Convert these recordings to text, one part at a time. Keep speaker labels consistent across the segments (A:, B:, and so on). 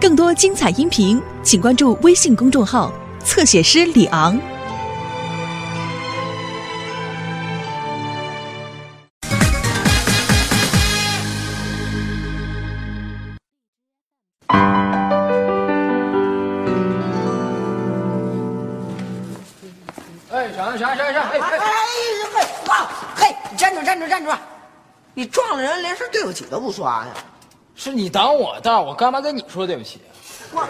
A: 更多精彩音频，请关注微信公众号“侧写师李昂”。
B: 哎，啥啥啥啥！哎
C: 哎哎
B: 哎，
C: 哎！哇，嘿，你站住站住站住！你撞了人，连声对不起都不说呀、
B: 是你挡我道，我干嘛跟你说对不起？
C: 我，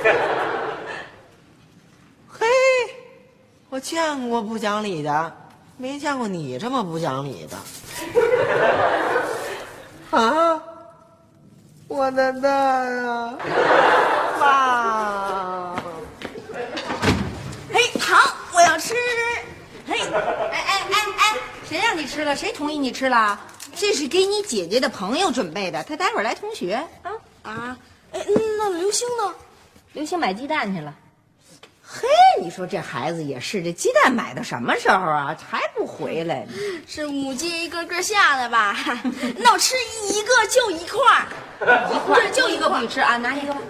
C: 嘿，我见过不讲理的，没见过你这么不讲理的。啊！我的蛋啊！哇！
D: 嘿，糖，我要吃。嘿，哎哎哎哎，谁让你吃了？谁同意你吃了？这是给你姐姐的朋友准备的，她待会儿来同学啊啊。哎，那刘星呢？刘星买鸡蛋去了。
C: 嘿，你说这孩子也是，这鸡蛋买到什么时候啊，还不回来呢？
E: 是母鸡一个个下的 吧？那我吃一个就一块儿，一块儿就一个块
D: 你吃啊，拿一个吧。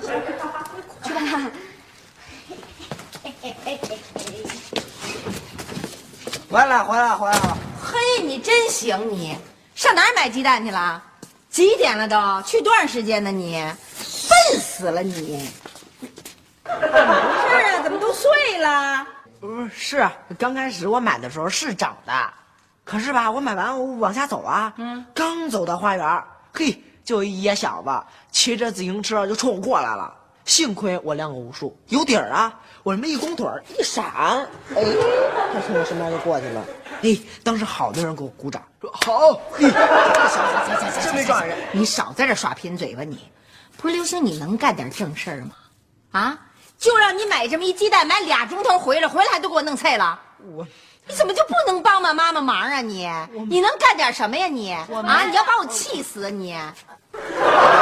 E: 儿。
C: 回来回来回来了！
D: 嘿，你真行你，上哪儿买鸡蛋去了？几点了都？去多长时间呢你？笨死了你！怎么回事啊？怎么都碎了？
C: 不呃是，是刚开始我买的时候是涨的，可是吧，我买完我往下走啊，嗯，刚走到花园，嘿，就有一野小子骑着自行车就冲我过来了。幸亏我练过武术，有底儿啊！我这么一拱腿儿一闪，哎，他从我身边就过去了。哎，当时好多人给我鼓掌，说好。嘿
D: 真没撞人！你少在这耍贫嘴吧你！不是刘星，你能干点正事儿吗？啊，就让你买这么一鸡蛋，买俩钟头回来，回来还都给我弄碎了。
C: 我
D: 你怎么就不能帮帮妈妈忙啊你？你能干点什么呀你？啊，你要把我气死啊你！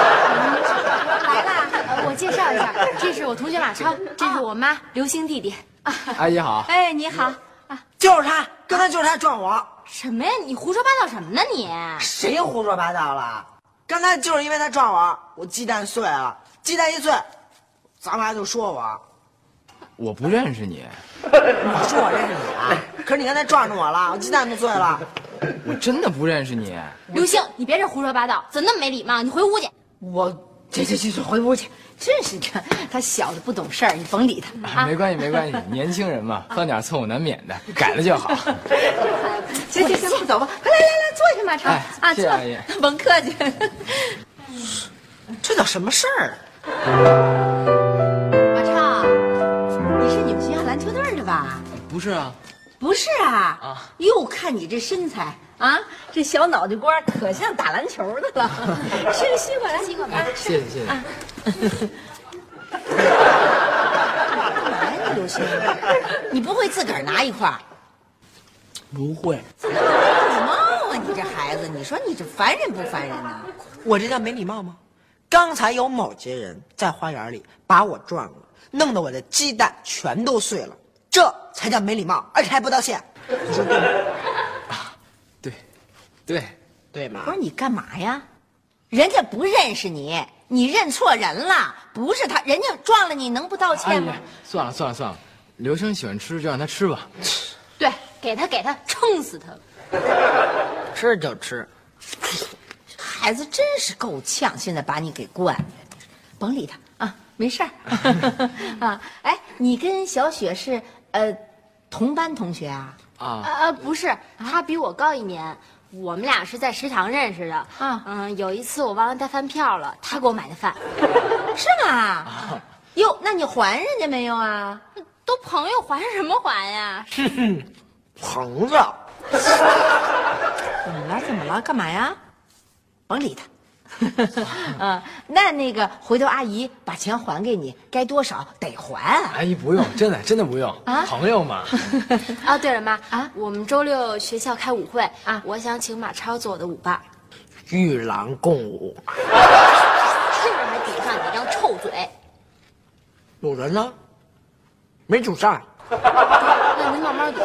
F: 来啦！呃我介绍一下，这是我同学马超，这是我妈刘星弟弟。啊
B: 阿姨好，
F: 哎，你好啊！
C: 就是他，刚才就是他撞我，
F: 什么呀？你胡说八道什么呢你？
C: 谁胡说八道了？刚才就是因为他撞我，我鸡蛋碎了，鸡蛋一碎，咱妈就说我。
B: 我不认识你，
C: 我说我认识你啊，可是你刚才撞着我了，我鸡蛋都碎了。
B: 我真的不认识你。
C: 啊
F: 刘星，你别这胡说八道，怎么那么没礼貌？你回屋去！
C: 我
F: 去去去去，回屋去！ 真是的，他小子不懂事儿，你甭理他啊！
B: 没关系没关系，年轻人
C: 啊
B: 嘛，犯点错误难免的，改了就好。
D: 行行行，
F: 快走吧，快来来来，坐下马超
B: 哎
F: 啊，
B: 谢谢阿姨
F: 坐，甭客气。
C: 这叫什么事儿啊？
D: 马超，你是你们学校篮球队的吧？
B: 不是啊，
D: 不是啊，
B: 啊
D: 又看你这身材啊，这小脑袋瓜儿可像打篮球的了。吃个西瓜，来西瓜吧。
F: 啊
C: 啊
B: 谢谢谢谢。
D: 刘星，你不会自个儿拿一块儿？
C: 不会，
D: 没礼貌啊！你这孩子，你说你这烦人不烦人呐？
C: 我这叫没礼貌吗？刚才有某些人在花园里把我撞了，弄得我的鸡蛋全都碎了，这才叫没礼貌，而且还不道歉，
B: 对，对，
C: 对
D: 不
C: 吗？
D: 是你干嘛呀？人家不认识你，你认错人了，不是他，人家撞了你能不道
B: 阿
D: 歉
B: 姨
D: 吗？，
B: 算了算了算了，刘星喜欢吃就让他吃吧。
F: 对，给他给他，撑死他！
C: 吃就吃，
D: 孩子真是够呛，现在把你给惯的，甭理他啊，没事儿啊。哎，你跟小雪是呃同班同学啊？
B: 啊，
F: 呃呃，不是，他比我高一年，我们俩是在食堂认识的。
D: 啊
F: 嗯，有一次我忘了带饭票了，他给我买的 饭，啊
D: 是吗？哟，那你还人家没有啊？
F: 都朋友还什么还呀？
C: 朋友，
D: 怎么了？怎么了？干嘛呀？甭 理他。啊，那那个回头阿姨把钱还给你，该多少得还啊。
B: 阿姨不用，真的真的不用，朋友 嘛。
F: 啊，对了，妈
D: 啊
F: 我们周六学校开舞会
D: 啊
F: 我想请马超做我的舞伴，
C: 与狼共舞，
F: 是不是还顶上你那张臭嘴？
C: 有人呢？没堵上，
F: 那您慢慢赌。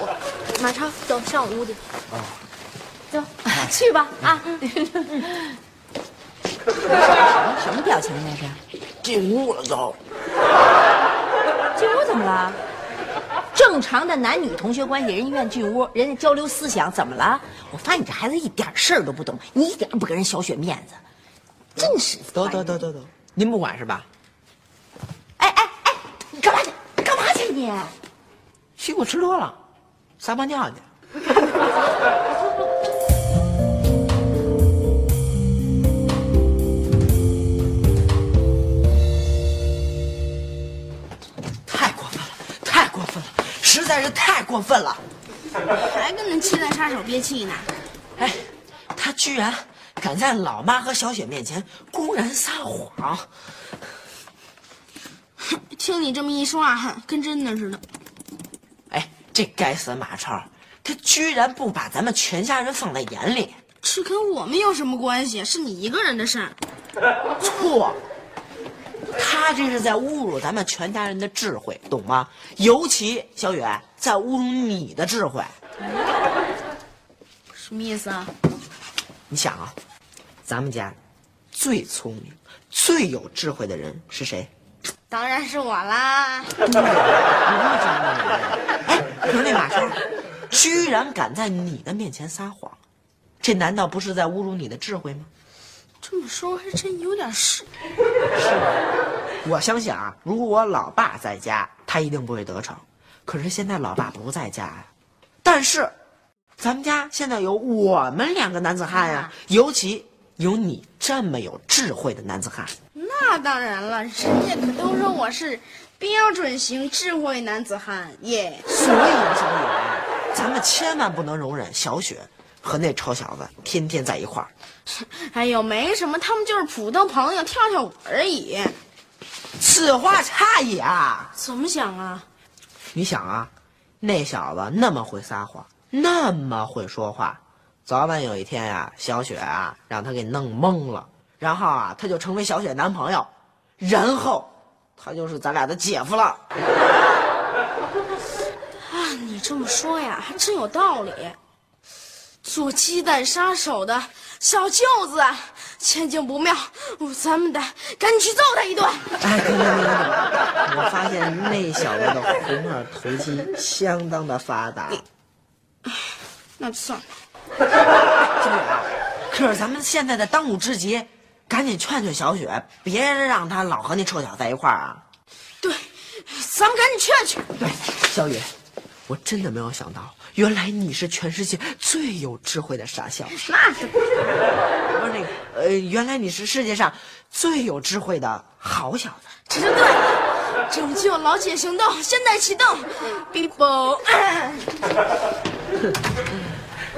F: 马超，走上我屋去。走，去吧啊！
D: 嗯 什么表情那是？
C: 进屋了都。
D: 进屋怎么了？正常的男女同学关系，人家愿进屋，人家交流思想，怎么了？我发现你这孩子一点事儿都不懂，你一点不给人小雪面子，真是
C: 得得得得得，您不管是吧？
D: 哎哎哎，你干嘛去？你干嘛去你？
C: 西瓜吃多了，撒泡尿去。太过分了，太过分了，实在是太过分了！
E: 还跟那七大杀手憋气呢。
C: 哎，他居然敢在老妈和小雪面前公然撒谎！
E: 听你这么一说啊，跟真的似的。
C: 哎，这该死的马超，他居然不把咱们全家人放在眼里！
E: 这跟我们有什么关系？是你一个人的事儿。
C: 错，他这是在侮辱咱们全家人的智慧，懂吗？尤其小雨在侮辱你的智慧。
E: 什么意思啊？
C: 你想啊，咱们家最聪明、最有智慧的人是谁？
E: 当然是我啦！
C: 哎，可是那马超居然敢在你的面前撒谎，这难道不是在侮辱你的智慧吗？
E: 这么说还真有点是。
C: 我相信啊，如果我老爸在家，他一定不会得逞。可是现在老爸不在家呀、但是，咱们家现在有我们两个男子汉呀、尤其有你这么有智慧的男子汉。
E: 那当然了，人家可都说我是标准型智慧男子汉耶。
C: 所以啊，小雨，咱们千万不能容忍小雪和那臭小子天天在一块儿。
E: 哎呦，没什么，他们就是普通朋友，跳跳舞而已。
C: 此话差矣啊！
E: 怎么想啊？
C: 你想啊，那小子那么会撒谎，那么会说话，早晚有一天啊，小雪啊让他给弄懵了，然后啊他就成为小雪男朋友，然后他就是咱俩的姐夫了。
E: 啊，你这么说呀，还真有道理。做鸡蛋杀手的小舅子，前景不妙，我咱们得赶紧去揍他一顿。
C: 哎，等等等等， 我发现那小子的红二头肌相当的发达。
E: 那就算了。
C: 小雪啊，可是咱们现在的当务之急，赶紧劝劝小雪，别让她老和那臭小子在一块儿啊。
E: 对，咱们赶紧劝去。
C: 对，小雨，我真的没有想到，原来你是全世界最有智慧的傻笑。
E: 那是
C: 不是那个，呃，原来你是世界上最有智慧的好小子。
E: 这就对，拯救老姐行动，现在启动，Bibo。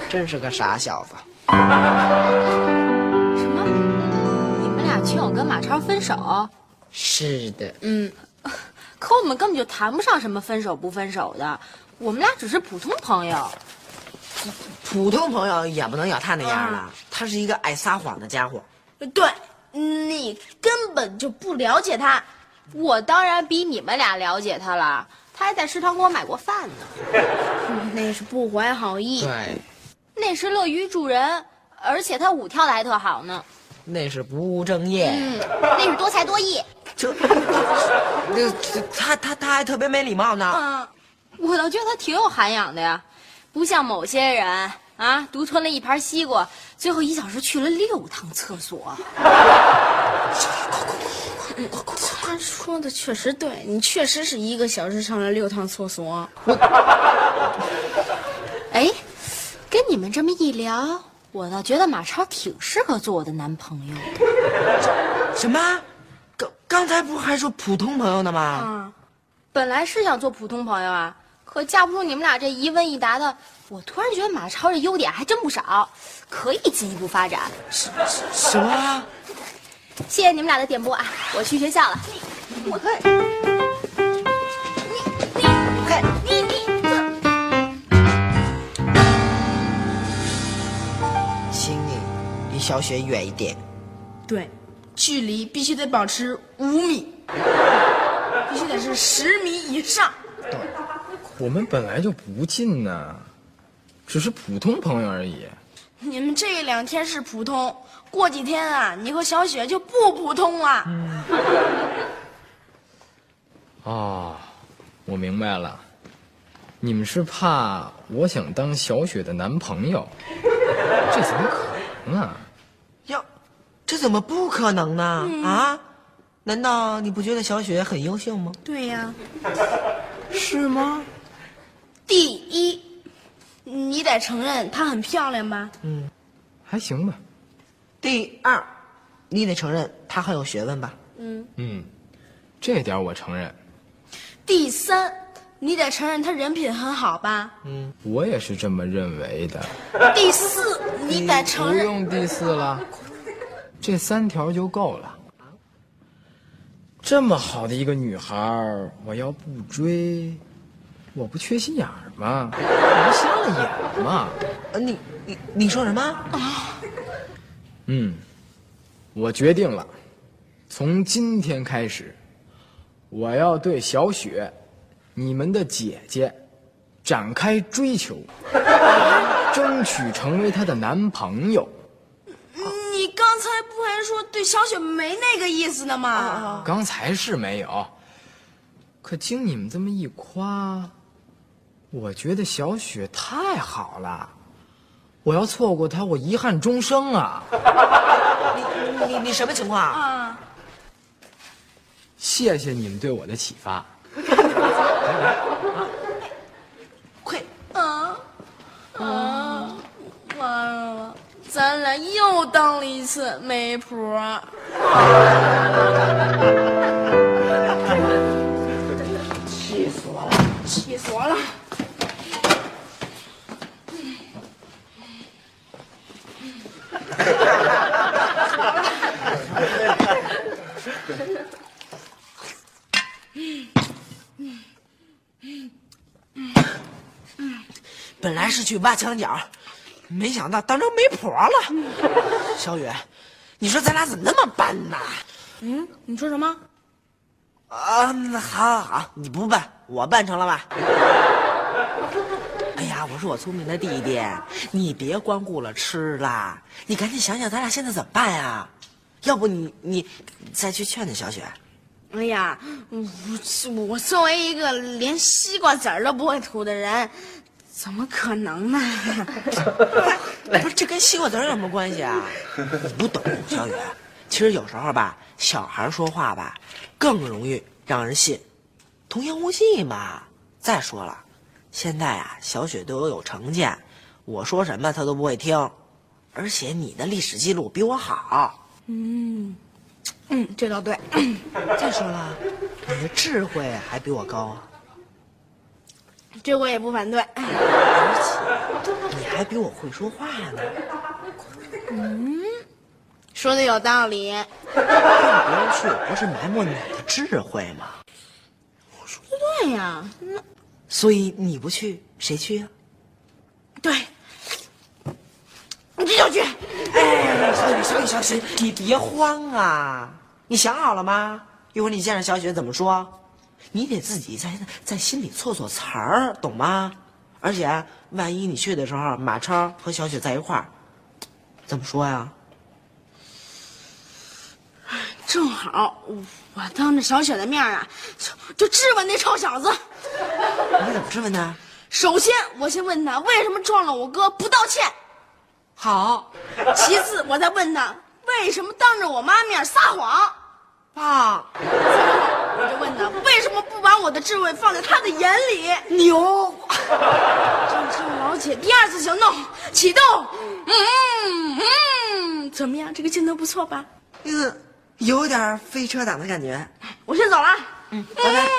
C: 真是个傻小子。
F: 什么？你们俩劝我跟马超分手？
C: 是的，
F: 可我们根本就谈不上什么分手不分手的，我们俩只是普通朋友。
C: 普通朋友也不能要他那样的，他是一个爱撒谎的家伙。
E: 对，你根本就不了解他。
F: 我当然比你们俩了解他了，他还在食堂给我买过饭呢。
E: 那是不怀好意。
C: 对，
F: 那是乐于助人，而且他舞跳的还特好呢。
C: 那是不务正业。
F: 嗯，那是多才多艺。
C: 这，这这他他他还特别没礼貌呢。
F: 嗯，我倒觉得他挺有涵养的呀，不像某些人啊，独吞了一盘西瓜，最后一小时去了六趟厕所。
E: 他说的确实对，你确实是一个小时上了六趟厕所。
F: 哎，跟你们这么一聊，我倒觉得马超挺适合做我的男朋友。
C: 什么？刚刚才不还说普通朋友呢吗？
F: 本来是想做普通朋友啊，可架不住你们俩这一问一答的，我突然觉得马超这优点还真不少，可以进一步发展。
C: 什么？
F: 谢谢你们俩的点拨啊，我去学校了。
E: 你你
C: 请你离小雪远一点。
E: 对，距离必须得保持五米，必须得是十米以上。
B: 我们本来就不近呢，只是普通朋友而已。
E: 你们这两天是普通，过几天啊，你和小雪就不普通了。
B: 哦，我明白了，你们是怕我想当小雪的男朋友，这怎么可能啊？
C: 哟，这怎么不可能呢？啊？难道你不觉得小雪很优秀吗？
F: 对呀、
C: 是吗？
E: 第一，你得承认她很漂亮吧？
B: 还行吧，
C: 第二，你得承认她很有学问吧？
B: 嗯，这点我承认，
E: 第三，你得承认她人品很好吧？
B: 我也是这么认为的。
E: 第四，你得承
B: 不
E: 认
B: 用第四了，这三条就够了。这么好的一个女孩儿，我要不追，我不缺心眼儿吗？我不瞎了眼吗？
C: 呃，你你你说什么？
B: 嗯，我决定了，从今天开始，我要对小雪，你们的姐姐，展开追求，争取成为她的男朋友。
E: 你刚才不还说对小雪没那个意思呢吗？
B: 刚才是没有，可经你们这么一夸，我觉得小雪太好了，我要错过她，我遗憾终生啊！
C: 你你你什么情况啊？
B: 谢谢你们对我的启发。
C: 快，
E: 完了，咱俩又当了一次媒婆。气死我了！气死我了！
C: 本来是去挖墙角，没想到当成媒婆
E: 嗯
C: 了。小雨，你说咱俩怎么那么笨呢？
E: 嗯，你说什么？
C: 啊，那好好好，你不笨，我笨成了吧？ 哎呀，我说我聪明的弟弟，你别光顾了吃啦，你赶紧想想咱俩现在怎么办呀？要不你你再去劝劝小雪。
E: 哎呀，我我作为一个连西瓜籽儿都不会吐的人，怎么可能呢？
C: 不是，这跟西瓜籽儿有什么关系啊？你不懂，小雨。其实有时候吧，小孩说话吧，更容易让人信，童言无忌嘛。再说了，现在啊，小雪对我有成见，我说什么她都不会听，而且你的历史记录比我好。
E: 嗯，这倒对。
C: 再说了，你的智慧还比我高啊，
E: 这我也不反对。
C: 你还比我会说话呢。
E: 说的有道理。哎
C: 让别人去不是埋没你的智慧吗？
E: 对呀，
C: 所以你不去，谁去啊呀、
E: 对，你就去。
C: 哎，小雨，小雨，小雪，你别慌啊！你想好了吗？一会儿你见着小雪怎么说？你得自己在在心里措措词儿，懂吗？而且啊万一你去的时候，马超和小雪在一块儿，怎么说呀？
E: 正好我当着小雪的面儿啊，就就质问那臭小子。
C: 你怎么质问他？
E: 首先，我先问他为什么撞了我哥不道歉；
C: 好，
E: 其次，我再问他为什么当着我妈面撒谎；
C: 爸，
E: 我就问他为什么不把我的智慧放在他的眼里。
C: 牛！
E: 正是老铁第二次行动启动。嗯嗯，怎么样？这个镜头不错吧？
C: 嗯，有点飞车党的感觉。
E: 我先走了。嗯，拜拜。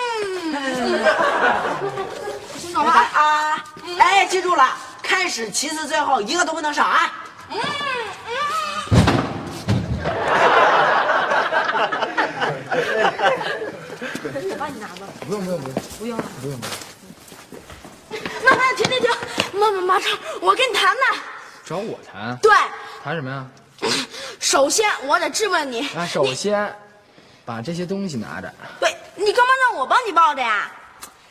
E: 我先走了啊。
C: 啊！哎，记住了，开始、其次、最后一个都不能少啊！
B: 不用不用不用，
E: 妈妈，停停停！妈妈，马超，我跟你谈谈。
B: 找我谈
E: 对，
B: 谈什么呀？
E: 首先我得质问你，
B: 那首先把这些东西拿着，
D: 哎
E: 对你干嘛让我帮你抱着呀？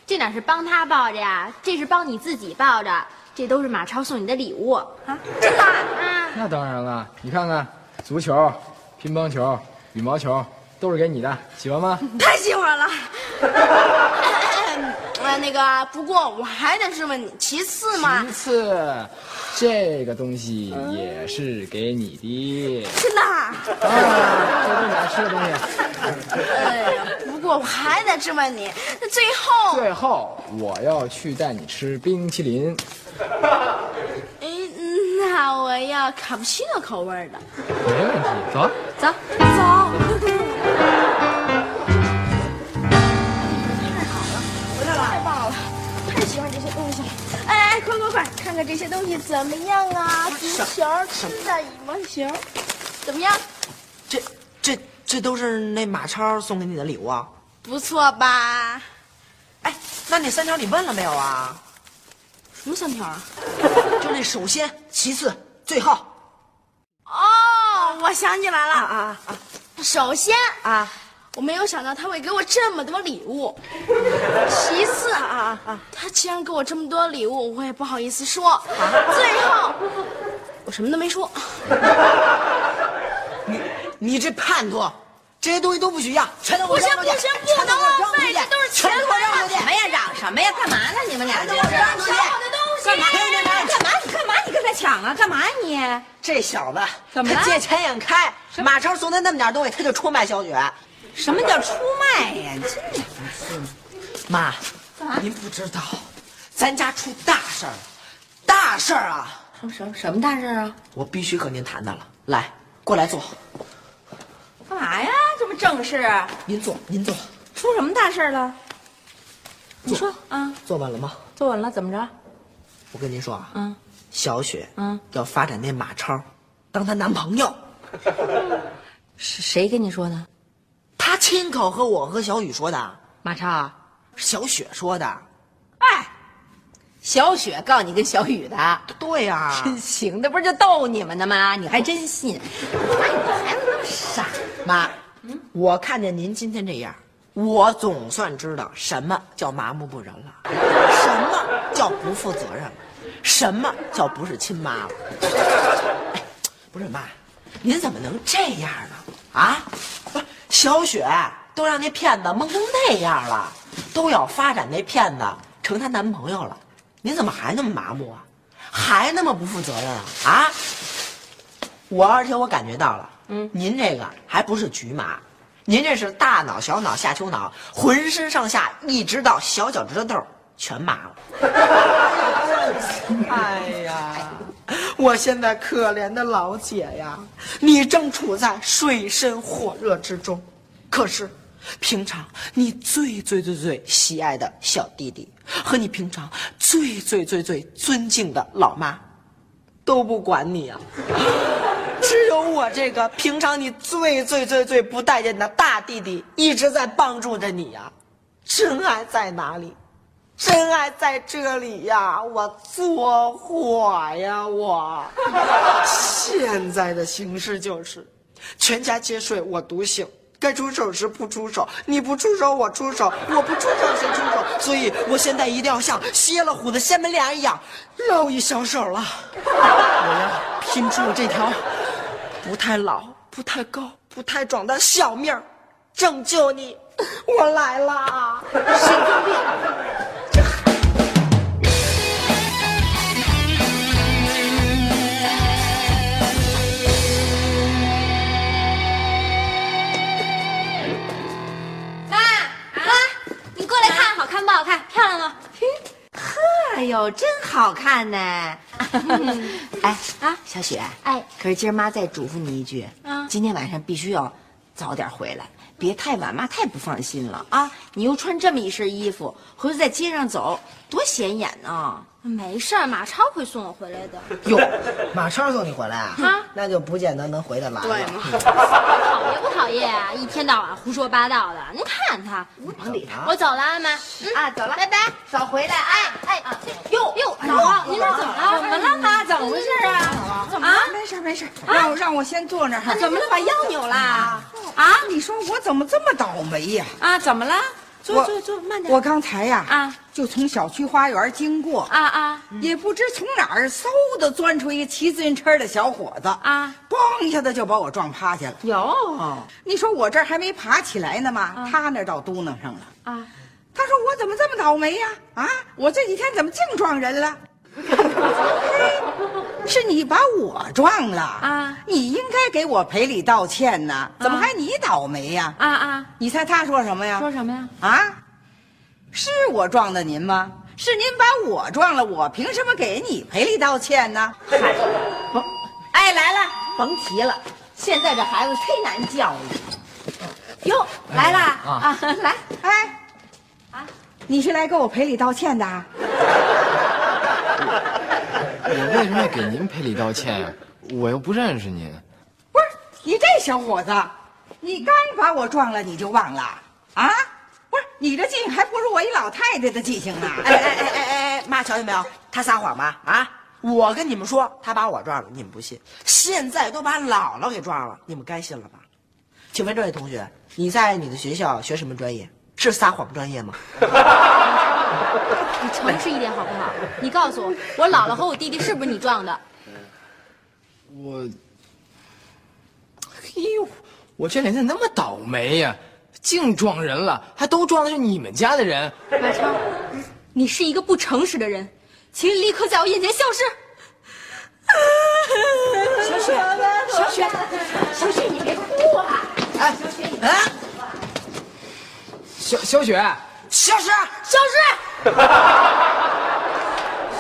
F: 这哪是帮他抱着呀？这是帮你自己抱着，这都是马超送你的礼物啊！真的啊？
B: 那当然了，你看看足球、乒乓球、羽毛球、都是给你的，喜欢吗？
E: 太喜欢了。 嗯呃，那个，不过我还得是问你，其次嘛
B: 其，次，这个东西也是给你的。
E: 真的啊。
B: 啊，这都是你爱吃的东西。啊
E: 哎呀，不过我还得质问你，最后，
B: 最后，我要去带你吃冰淇淋。
E: 哎，那我要卡布
D: 啊
E: 奇诺口味的。
B: 没问题，走。
E: 走走。太棒了，太喜欢这些东西了！哎，快快快，看看这些东西怎么样啊？足球、吃的羽毛球，怎么样？
C: 这这这都是那马超送给你的礼物啊？
E: 不错吧？
C: 哎，那那三条你问了没有啊？
E: 什么三条啊？
C: 就那首先、其次、最后
E: 哦，我想起来了。
C: 啊啊
E: 首先，
C: 啊！
E: 我没有想到他会给我这么多礼物。其次，啊啊啊，他既然给我这么多礼物，我也不好意思说。最后，我什么都没说。
C: 你这叛徒，这些东西都不许要，全都给我
E: 不行
C: 扔出去！
E: 不行不
C: 全都给我
E: 能
C: 扔出
E: 浪费
C: 去
E: 这都是
C: 全给我扔出去！
D: 什么呀？嚷什么呀？干嘛呢？你们俩这是
E: 抢我的东西
D: 干嘛呀？干嘛？你干嘛？你跟他抢啊？干嘛你？
C: 这小子
D: 怎么了
C: 他见钱眼开，马超送他那么点东西，他就出卖小雪。
D: 什么叫出卖呀？你真的
C: 妈，您不知道，咱家出大事儿了，大事儿啊！
D: 什么什么什么大事啊？
C: 我必须和您谈谈了。来，过来坐，
D: 干嘛呀？这么正式？啊
C: 您坐，您坐，
D: 出什么大事了？你说啊，
C: 坐稳了吗？
D: 坐稳了怎么着？
C: 我跟您说啊，
D: 嗯，
C: 小雪，
D: 嗯，
C: 要发展那马超，当她男朋友。
D: 是谁跟你说的？
C: 她亲口和我和小雨说的，
D: 马超，
C: 小雪说的。
D: 哎，小雪告你跟小雨
F: 啊
D: 的。
C: 对呀、
D: 真行，那不是就逗你们呢吗？你还真信？哎，你孩子那么傻。
C: 妈，我看见您今天这样，我总算知道什么叫麻木不仁了，什么叫不负责任了，什么叫不是亲妈了。哎不是妈，您怎么能这样呢？啊，不是小雪都让那骗子蒙成那样了，都要发展那骗子成她男朋友了，您怎么还那么麻木啊？还那么不负责任啊？啊？我而且我感觉到了，嗯，您这个还不是局麻，您这是大脑、小脑、下丘脑，浑身上下一直到小脚趾头豆儿全麻了。 哎呀，我现在可怜的老姐呀，你正处在水深火热之中，可是。平常你最最最最喜爱的小弟弟和你平常最最最最尊敬的老妈，都不管你啊！只有我这个平常你最最最最不待见的大弟弟一直在帮助着你呀、真爱在哪里？真爱在这里呀、我作火呀！我现在的形势就是，全家皆睡我独醒，该出手时不出手，你不出手我出手，我不出手谁出手？所以我现在一定要像蝎了虎的仙门俩一样，露一小手了。我要拼出我这条不太老、不太高、不太壮的小命儿，拯救你！ 我来啦！
F: 妈妈，你过来看，好看不好看？漂亮吗？
D: 哎呦，真好看 呢！哎
F: 啊
D: 啊，小雪，
F: 哎
D: 可是今儿妈再嘱咐你一句，
F: 啊
D: 今天晚上必须要早点回来，别太晚，妈太不放心了啊！你又穿这么一身衣服，回头在街上走，多显眼啊！
F: 没事儿，马超会送我回来的。
C: 哟，马超送你回来啊？那就不见得能回得来了。嗯
F: 讨厌不讨厌啊？一天到晚胡说八道的，您看他，
C: 往里头。
F: 我走了，阿妈。嗯
D: 啊，走了，
F: 拜拜。
D: 早回来哎
F: 哎哎，哟哟，
D: 早了
F: 您这哎怎么了？
D: 怎么了妈？怎么回事啊？
F: 怎么了？
G: 没事没事，让我让我先坐那
F: 啊
G: 儿。
D: 怎么了？把腰扭了？
G: 啊你说我怎么这么倒霉呀、
D: 啊，怎么了？坐
G: 我
D: 坐坐，慢点。
G: 我刚才呀，
F: 啊，
G: 就从小区花园经过，
F: 啊啊！
G: 也不知从哪儿嗖的钻出一个骑自行车的小伙子
F: 啊，
G: 嘣一下子就把我撞趴下了。
F: 有
G: 你说我这儿还没爬起来呢嘛，他那儿倒嘟囔上了。
F: 啊，
G: 他说我怎么这么倒霉呀、啊？我这几天怎么净撞人了？ 嘿是你把我撞了
F: 啊？
G: 你应该给我赔礼道歉呐，怎么还你倒霉呀、
F: 啊啊！
G: 你猜他说什么呀？
F: 说什么呀？
G: 啊？是我撞的您吗？是您把我撞了，我凭什么给你赔礼道歉呢？
D: 哎，来了，甭提了，现在这孩子忒难教育。
F: 哟，
D: 来了啊，来，
G: 哎，啊，你是来给我赔礼道歉的啊？
B: 我为什么要给您赔礼道歉呀、我又不认识您。
G: 不是你这小伙子，你刚把我撞了你就忘了啊？不是你这记性还不如我一老太太的记性呢。
C: 哎哎哎哎哎哎，妈，瞧见没有？他撒谎吧？啊！我跟你们说，他把我撞了，你们不信。现在都把姥姥给撞了，你们该信了吧？请问这位同学，你在你的学校学什么专业？是撒谎专业吗？
F: 你诚实一点好不好？你告诉我，我姥姥和我弟弟是不是你撞的？
B: 我，哎呦，我这人咋那么倒霉呀、净撞人了，还都撞的是你们家的人。
F: 马超，你是一个不诚实的人，请你立刻在我眼前消失。
C: 小雪，小雪，
F: 小雪，你别哭啊！
C: 哎，哎，
B: 小小雪，
C: 消失！
F: 消失！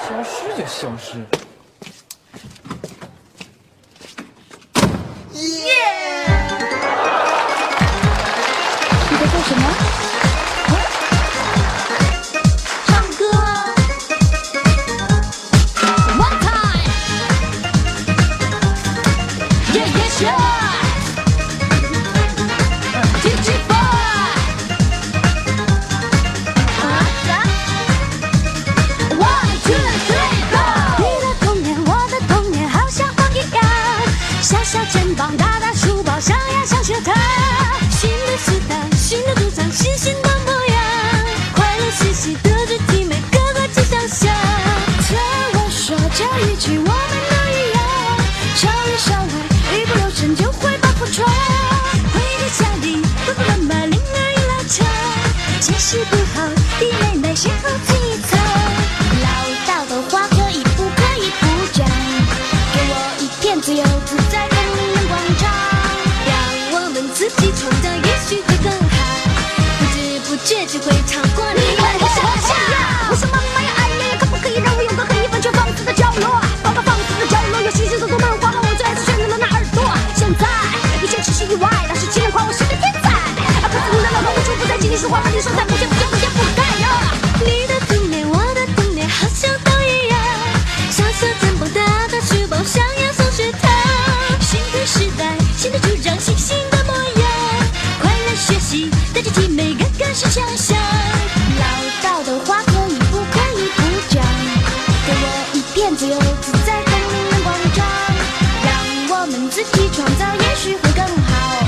B: 消失就消失。
A: 你在做什么？
H: 唱歌。One time。Yeah yeah sure。DJ boy。啊啥？One two three go。你的童年，我的童年，好像风一样。小小肩膀，大大书包，上呀上学堂。新的时代，新的主张，新鲜的模样。快乐学习，德智体美，个个志向想。听我说这一句，我们都一样。少里少外，一不留神就会把破窗。回到家里，爸爸妈妈铃儿一拉长，解释不好，弟妹妹先后进一层。唠叨的话可以不可以不讲？给我一片自由自在的阳光场，让我们自己创造，也许会更好。不知不觉就会超过你。我想我想要，我想妈妈呀，哎呀呀，可不可以让我有个可以完全放肆的角落？爸爸放肆的角落，有星星的动漫画和我最爱的旋律的那耳朵。现在一切只是意外，老师竟然夸我是个天才。啊，可是你的老婆无处不在，经历是花瓣里说在不见不见不见不该呀。你的童年，我的童年，好像都一样。小小肩膀，大大书包，上呀上学堂。新的时代，新的主张，新新的模样。快乐学习，带着体美，个个是强项。唠叨的话可以不可以不讲？给我一片自由自在的阳光照，让我们自己创造，也许会更好。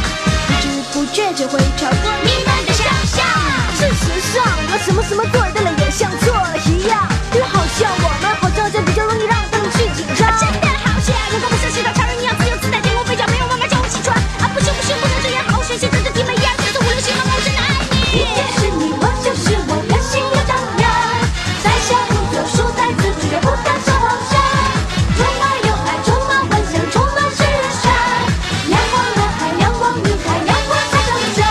H: 不知不觉就会超过你们的想象。
I: 事实上，我什么什么做的了，也像错了一样。就好像我们好像就比较容易让他们去紧张。
H: 真的好险！如果不像寻找超人一样自由自在，天空飞翔，没有妈妈叫我起床。啊，不行不行，不能这样！好学习，德智体美，一二三四五六七八，我真的爱你。
I: 一见是你，我就是我，个性又张扬。在下不做书呆子，自由不当小皇上。充满友爱，充满幻想，充满时尚。阳光男孩，阳光女孩，阳光才成长。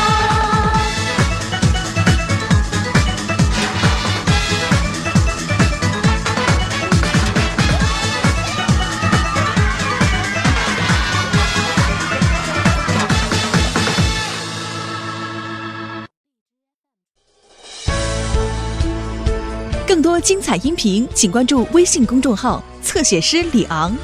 A: 更多精彩音频，请关注微信公众号“侧写师李昂”。